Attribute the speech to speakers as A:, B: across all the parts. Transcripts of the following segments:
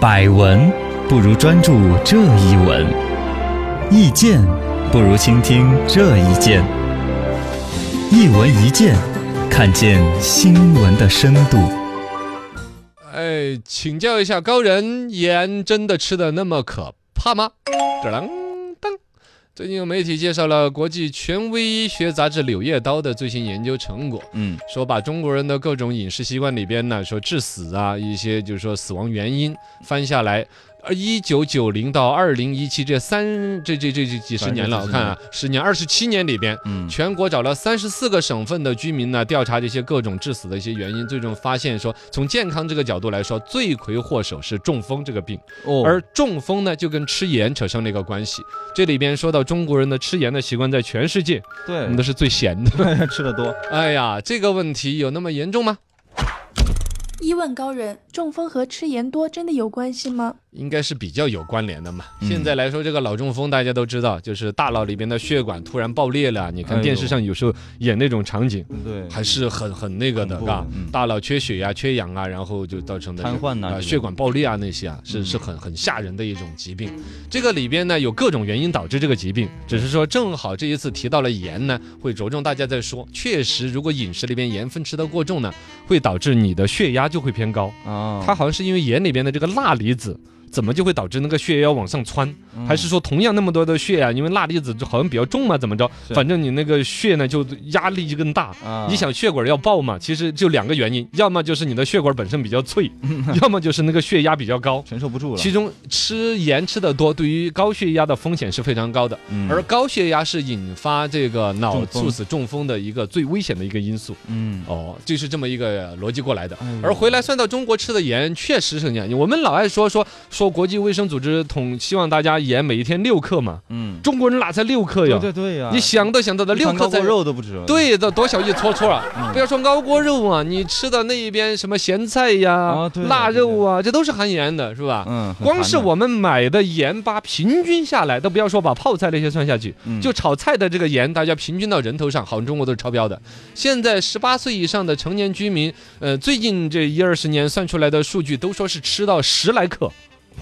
A: 百闻不如专注这一闻，意见不如倾听这一见。一闻一见，看见新闻的深度。
B: 哎，请教一下高人，盐真的吃的那么可怕吗？当当。最近有媒体介绍了国际权威医学杂志《柳叶刀》的最新研究成果，
A: 嗯
B: 说把中国人的各种饮食习惯里边呢，说致死啊，一些就是说死亡原因翻下来，而一九九零到二零一七这三这这这这几十年了，我看啊，十年二十七年里边，
A: 嗯，
B: 全国找了三十四个省份的居民呢，调查这些各种致死的一些原因，最终发现说，从健康这个角度来说，罪魁祸首是中风这个病，
A: 哦
B: 而中风呢就跟吃盐扯上了一个关系。这里边说到中国人的吃盐的习惯，在全世界我们
A: 对
B: 都是最咸的。
A: 对，吃的多。
B: 哎呀，这个问题有那么严重吗？
C: 一问高人，中风和吃盐多真的有关系吗？
B: 应该是比较有关联的嘛。
A: 嗯
B: 现在来说，这个脑中风大家都知道，就是大脑里边的血管突然爆裂了。你
A: 哎
B: 看
A: 呦
B: 电视上有时候演那种场景，
A: 对，
B: 还是很很那个的，
A: 恐怖
B: 嘎
A: 嗯，
B: 大脑缺血呀、缺氧啊，然后就造成的
A: 瘫痪呐
B: 啊
A: 这种
B: 血管爆裂啊那些啊，
A: 嗯
B: 是是很很吓人的一种疾病。这个里边呢有各种原因导致这个疾病，只是说正好这一次提到了盐呢，会着重大家在说，确实如果饮食里边盐分吃得过重呢，会导致你的血压就会偏高。
A: 啊
B: 它好像是因为盐里边的这个钠离子。怎么就会导致那个血压往上窜？
A: 嗯
B: 还是说同样那么多的血啊，因为钠离子就好像比较重嘛，怎么着？
A: 是
B: 反正你那个血呢就压力就更大，
A: 啊
B: 你想血管要爆嘛？其实就两个原因，要么就是你的血管本身比 较脆，要么就是那个血压比较高。
A: 承受不住了，
B: 其中吃盐吃的多，对于高血压的风险是非常高的，
A: 嗯
B: 而高血压是引发这个脑
A: 中风
B: 猝死、中风的一个最危险的一个因素。
A: 嗯
B: 哦，就是这么一个逻辑过来的
A: 哎呦。
B: 而回来算到中国吃的盐，确实是这样。我们老爱说说说国际卫生组织统希望大家盐每一天六克嘛，
A: 嗯，
B: 中国人哪才六克
A: 对
B: 呀？
A: 对对呀，
B: 你想都想得到
A: 一
B: 六
A: 盘
B: 克
A: 高
B: 才
A: 锅肉都不止，，
B: 对的，多小一撮撮啊！
A: 嗯
B: 不要说高锅肉啊，你吃的那一边什么咸菜呀、
A: 啊对的
B: 腊肉啊，这都是含盐的，是吧？
A: 嗯，很
B: 光
A: 烦
B: 是
A: 的，
B: 我们买的盐巴，平均下来都不要说把泡菜那些算下去，
A: 嗯
B: 就炒菜的这个盐，大家平均到人头上，好像中国都是超标的。现在十八岁以上的成年居民，呃，最近这一二十年算出来的数据都说是吃到十来克，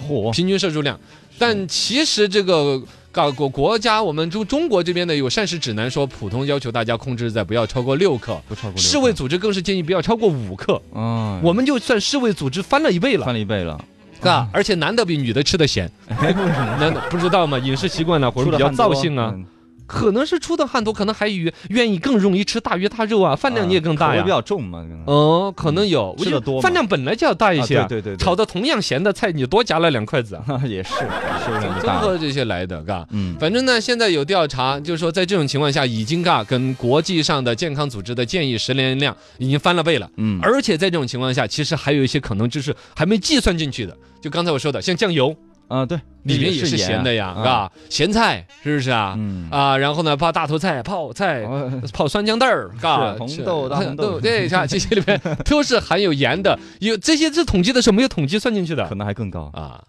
A: 嚯，
B: 平均摄入量。但其实这个搞国国家，我们中中国这边的有膳食指南说，普通要求大家控制在不要超过六克。
A: 不超过六
B: 世卫
A: 克
B: 组织更是建议不要超过五克，
A: 啊，
B: 我们就算世卫组织翻了一倍 了，
A: 翻了一倍了，
B: 啊，而且男的比女的吃的咸，男哎的不知道嘛，饮食习惯呢，或者比较
A: 造
B: 燥性啊，，
A: 嗯
B: 可能是出的汗多，可能还愿愿意更容易吃大鱼大肉啊，饭
A: 啊
B: 量你也更大
A: 口味
B: 呀
A: 比，较重嘛，
B: 哦，可能有，我
A: 吃
B: 觉
A: 得
B: 得
A: 多嘛
B: 饭量本来就要大一些
A: 啊
B: 啊，
A: 对对对，对
B: 炒的同样咸的菜，你多夹了两筷子啊，
A: 也是，是不是
B: 综
A: 大？
B: 合这些来的，嘎。
A: 嗯，
B: 反正呢，现在有调查，就是说在这种情况下，已经嘎跟国际上的健康组织的建议食盐量已经翻了倍了。
A: 嗯，
B: 而且在这种情况下，其实还有一些可能就是还没计算进去的，就刚才我说的，像酱油
A: 啊，对，
B: 里面也是
A: 盐啊
B: 咸的呀，
A: 啊
B: 嘎，咸菜是不是啊？
A: 嗯，
B: 啊，然后呢，泡大头菜、泡菜。
A: 哦
B: 泡酸豇豆儿，嘎，
A: 是红
B: 是
A: 豆大红豆
B: 对，像这些里面都是含有盐的，有这些是统计的时候没有统计算进去的
A: 可能还更高。
B: 啊。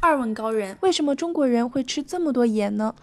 C: 二问高人，为什么中国人会吃这么多盐呢？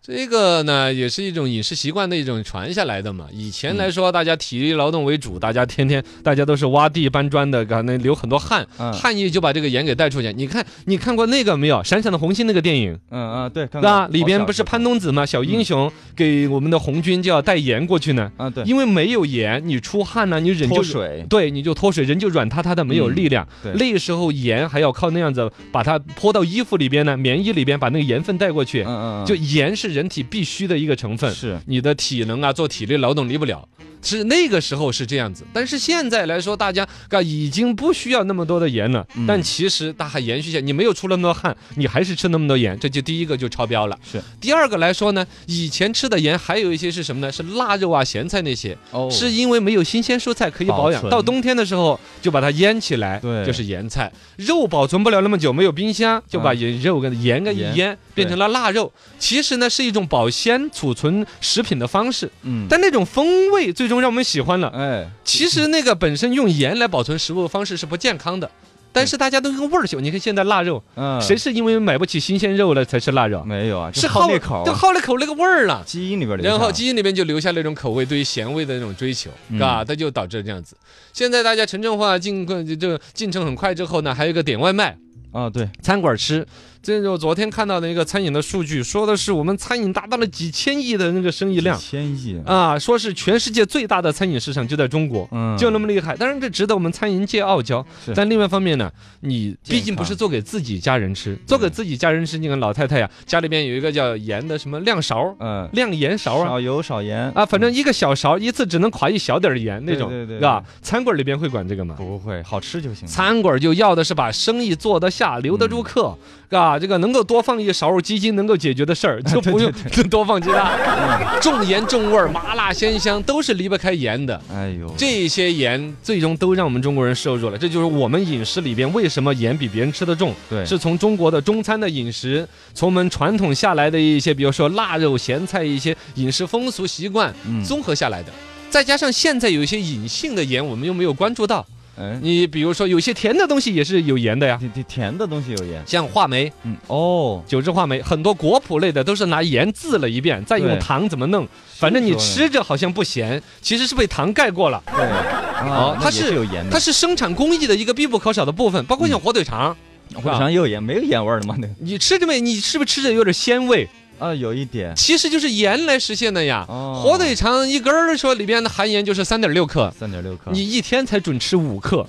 B: 这个呢，也是一种饮食习惯的一种传下来的嘛。以
A: 嗯
B: 前来说，大家体力劳动为主，大家天天大家都是挖地搬砖的，可能流很多汗，
A: 嗯
B: 汗液就把这个盐给带出去。你看，你看过那个没有？闪闪的红星那个电影，
A: 嗯啊，对，刚
B: 那
A: 刚
B: 里边不是潘冬子嘛，小英雄给我们的红军就要带盐过去呢，
A: 嗯啊，对，
B: 因为没有盐，你出汗呢、你人就
A: 脱。水，
B: 对，你就脱水，人就软塌塌的，没有
A: 嗯
B: 力量。
A: 对
B: 那时候盐还要靠那样子把它泼到衣服里边呢，棉衣里边把那个盐分带过去。
A: 嗯嗯，嗯
B: 就盐是人体必须的一个成分，
A: 是
B: 你的体能啊，做体力劳动离不了。是那个时候是这样子，但是现在来说，大家啊已经不需要那么多的盐了。
A: 嗯
B: 但其实它还延续下，你没有出那么多汗，你还是吃那么多盐，这就第一个就超标了。
A: 是
B: 第二个来说呢，以前吃的盐还有一些是什么呢？是腊肉啊、咸菜那些，
A: 哦
B: 是因为没有新鲜蔬菜可以保
A: 保
B: 养，
A: 存
B: 到冬天的时候就把它腌起来，
A: 对
B: 就是盐菜。肉保存不了那么久，没有冰箱，就把
A: 啊
B: 盐肉跟盐跟一
A: 盐
B: 腌，
A: 对
B: 变成了腊肉。其实呢，是一种保鲜储存食品的方式，
A: 嗯，
B: 但那种风味最终让我们喜欢了。
A: 哎，
B: 其实那个本身用盐来保存食物的方式是不健康的。但是大家都用味儿喜欢。你看现在腊肉，
D: 嗯，
B: 谁是因为买不起新鲜肉了才吃腊肉？
A: 嗯
D: 没有啊？就是好
B: 好
D: 那口
B: 就好那口那个味儿了。
D: 基因里边留下
B: 然后基因里面就留下那种口味对于咸味的那种追求，
D: 嗯
B: 啊，它就导致这样子。现在大家城镇化啊进就就进程很快之后呢，还有一个点外卖，
D: 啊，对，
B: 餐馆吃。这就昨天看到的一个餐饮的数据，说的是我们餐饮达到了几千亿的那个生意量
D: 几千亿，
B: 啊，说是全世界最大的餐饮市场就在中国。
D: 嗯，
B: 就那么厉害，当然这值得我们餐饮界傲娇
D: 是。
B: 但另外一方面呢，你毕竟
D: 健康
B: 不是做给自己家人吃，做给自己家人吃，你看老太太呀，家里边有一个叫盐的什么亮勺、
D: 嗯，
B: 亮盐勺啊，
D: 少油少盐嗯
B: 啊，反正一个小勺一次只能垮一小点儿盐那种，
D: 对对对嗯
B: 是吧？餐馆里边会管这个吗？
D: 不会好吃就行了。
B: 餐馆就要的是把生意做得下，留得住客，啊，这个能够多放一勺鸡精能够解决的事
D: 啊
B: 儿，就不用多放鸡
D: 嗯
B: 蛋。重盐重味儿，麻辣鲜香都是离不开盐的。
D: 哎呦，
B: 这些盐最终都让我们中国人受弱了，这就是我们饮食里边为什么盐比别人吃的重，
D: 对
B: 是从中国的中餐的饮食，从我们传统下来的一些，比如说腊肉、咸菜一些饮食风俗习惯
D: 嗯
B: 综合下来的。再加上现在有一些隐性的盐，我们又没有关注到。
D: 哎，
B: 你比如说，有些甜的东西也是有盐的呀，
D: 甜甜甜的东西有盐，
B: 像话梅、
D: 嗯哦，
B: 九制话梅，很多果脯类的都是拿盐渍了一遍，再
D: 对
B: 用糖怎么弄。反正你
D: 是
B: 吃着好像不咸，其实是被糖盖过了。
D: 不是有盐对，
B: 哦
D: 啊，
B: 它
D: 那也
B: 是
D: 是有盐的，
B: 它是生产工艺的一个必不可少的部分，包括像火腿肠，
D: 嗯火
B: 啊
D: 上也有盐，没有盐味儿的吗？那个
B: 你吃着没？你是不是吃着有点鲜味？
D: 啊，有一点
B: 其实就是盐来实现的呀。
D: 哦，
B: 火腿肠一根儿说里边的含盐就是三点六克，
D: 三点六克，
B: 你一天才准吃五克，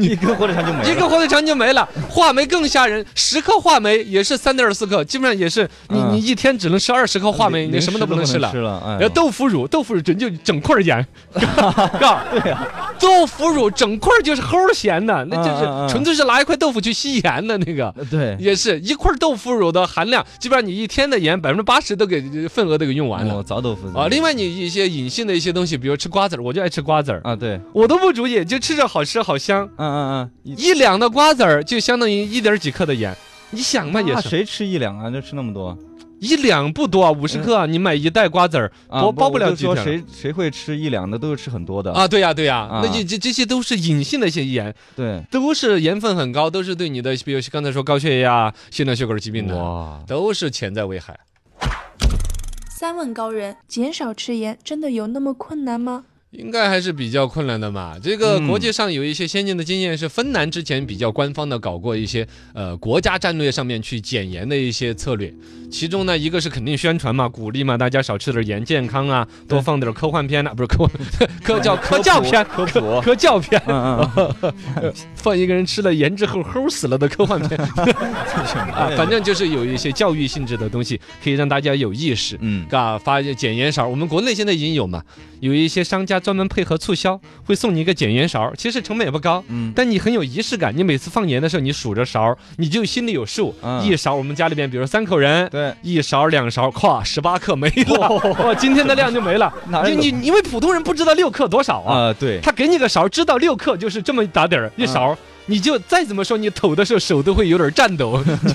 D: 一根火腿肠就没了，
B: 一个火腿肠就没了。话梅更吓人，十克话梅也是三点二四克，基本上也是你
D: 嗯
B: 你一天只能吃二十克话梅，
D: 零
B: 你什么都不能吃了
D: 吃。了，哎
B: 然后
D: 呦，
B: 豆腐乳，豆腐乳整就整块儿 盐，嘎，对呀，豆腐乳整块儿就是齁咸的，那
D: 嗯嗯
B: 就
D: 嗯
B: 是纯粹是拿一块豆腐去吸盐的那个。
D: 呃对，
B: 也是一块豆腐乳的含量，基本上你一天的盐百分之八十都给份额都给用完
D: 我
B: 了
D: 早豆腐
B: 啊。另外，你一些隐性的一些东西，比如吃瓜子儿，我就爱吃瓜子儿，
D: 啊，对，
B: 我都不注意，就吃着好吃好香。
D: 嗯嗯嗯，一
B: 一两的瓜子儿就相当于一点几克的盐，你想嘛也
D: 那
B: 是，
D: 谁吃一两啊？就吃那么多，
B: 一两不多啊，五十
D: 嗯
B: 克啊，你买一袋瓜子儿，
D: 啊
B: 包包不了
D: 我就
B: 几
D: 说
B: 天了。
D: 谁谁会吃一两的，都是吃很多的，
B: 啊，对呀、对呀、
D: 啊
B: 那这这这些都是隐性的一些盐，
D: 对，
B: 都是盐分很高，都是对你的，比如刚才说高血压、心脑血管疾病的，
D: 哇，
B: 都是潜在危害。
C: 三问高人：减少吃盐真的有那么困难吗？
B: 应该还是比较困难的嘛。这个
D: 嗯
B: 国际上有一些先进的经验，是芬兰之前比较官方的搞过一些呃国家战略上面去减盐的一些策略。其中呢，一个是肯定宣传嘛，鼓励嘛，大家少吃点盐，健康啊，多放点科幻 片呐、不是科幻科叫科教片。
D: 科普，
B: 科教片，
D: 嗯嗯嗯，
B: 放一个人吃了盐之后齁死了的科幻片
D: 嗯
B: 啊，反正就是有一些教育性质的东西，可以让大家有意识。
D: 嗯，
B: 嘎发减盐勺，我们国内现在已经有嘛，有一些商家专门配合促销，会送你一个减盐勺，其实成本也不高。
D: 嗯，
B: 但你很有仪式感，你每次放盐的时候，你数着勺，你就心里有数。
D: 嗯
B: 一勺，我们家里边，比如三口人，
D: 对，
B: 一勺两勺，咵，十八克没了，哇，今天的量就没了。
D: 哪
B: 就
D: 有
B: 你因为普通人不知道六克多少啊，
D: 啊，对，
B: 他给你个勺，知道六克就是这么一打底儿，一勺，你就再怎么说，你抖的时候手都会有点颤抖，你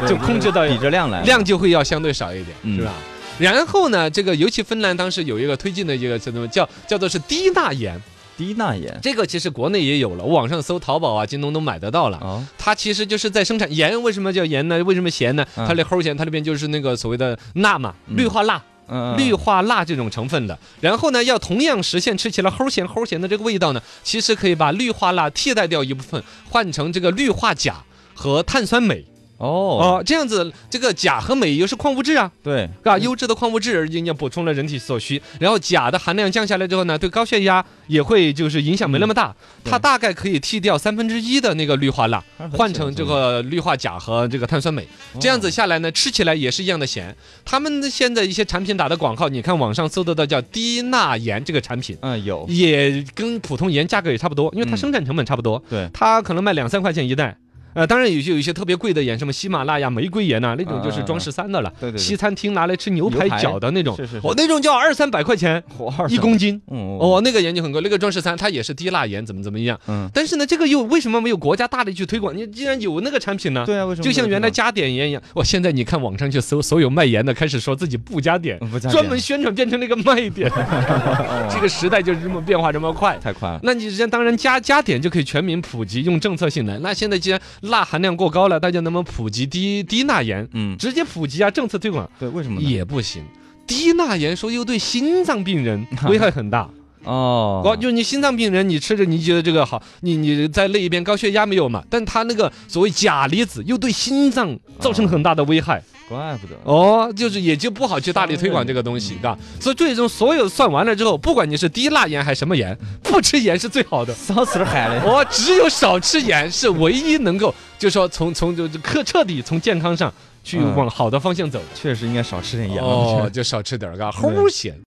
D: 对
B: 就控制到
D: 比着量来，
B: 量就会要相对少一点，
D: 嗯
B: 是吧？然后呢，这个尤其芬兰当时有一个推进的一个叫什么叫叫做是低钠盐，
D: 低钠盐，
B: 这个其实国内也有了，网上搜淘宝啊、京东都买得到了。
D: 哦，
B: 它其实就是在生产盐，为什么叫盐呢？为什么咸呢？
D: 嗯
B: 它那齁咸，它那边就是那个所谓的钠嘛，
D: 嗯
B: 氯化钠、
D: 嗯，嗯
B: 氯，化钠这种成分的。然后呢，要同样实现吃起来齁咸齁咸的这个味道呢，其实可以把氯化钠替代掉一部分，换成这个氯化钾和碳酸镁。
D: 哦，
B: 哦，这样子，这个钾和镁又是矿物质啊，
D: 对，
B: 啊，优质的矿物质营养补充了人体所需，然后钾的含量降下来之后呢，对高血压也会就是影响没那么大，
D: 嗯对
B: 它大概可以替掉三分之一的那个氯化钠，
D: 还是很哦
B: 换
D: 小
B: 成这
D: 众
B: 个氯化钾和这个碳酸镁，这样子，下来呢，吃起来也是一样的咸。他们的现在一些产品打的广告，你看网上搜得到叫低钠盐这个产品。
D: 嗯，有，
B: 也跟普通盐价格也差不多，因为它
D: 嗯
B: 生产成本差不多，
D: 对
B: 它可能卖两三块钱一袋。呃，当然有些有一些特别贵的盐，什么喜马拉雅玫瑰盐啊呐、那种就是
D: 啊
B: 装十三的了。
D: 对对对
B: 西餐厅拿来吃牛排
D: 牛排
B: 饺的那种，
D: 是是是
B: 哦，那种就要二三百块钱
D: 火二
B: 一公斤。
D: 嗯
B: 哦，那个盐就很贵，那个装十三它也是低钠盐，怎么怎么样。
D: 嗯，
B: 但是呢，这个又为什么没有国家大力去推广？你既然有那个产品呢，
D: 对啊，为什么
B: 就像原来
D: 这
B: 加碘盐一样，哇！现在你看网上去搜，所有卖盐的开始说自己不加碘，
D: 样嗯不加
B: 专
D: 点
B: 门宣传变成了一个卖 点。这个时代就是这么变化这么快。
D: 太快了，
B: 那你既然当然加加碘就可以全民普及，用政策性来。那现在既然钠含量过高了，大家能不能普及低低钠盐？
D: 嗯，
B: 直接普及啊，政策推广
D: 对，为什么呢？
B: 也不行。低钠盐说又对心脏病人 危害很大，
D: 哦，
B: 哇！就是你心脏病人，你吃着你觉得这个好，你你在那一边高血压没有嘛？但它那个所谓钾离子又对心脏造成很大的危害，
D: 怪不得
B: 哦，就是也就不好去大力推广这个东
D: 嗯
B: 西，嘎。所以最终所有算完了之后，不管你是低钠盐还是什么盐， 不吃盐是最好 的。
D: 烧死了海嘞，
B: 我只有少吃盐是唯一能够，就说从从就彻彻底从健康上去
D: 嗯
B: 往好的方向走。
D: 确实应该少吃点盐了。
B: 哦
D: 嗯
B: 哦，就少吃点儿，嘎，齁咸。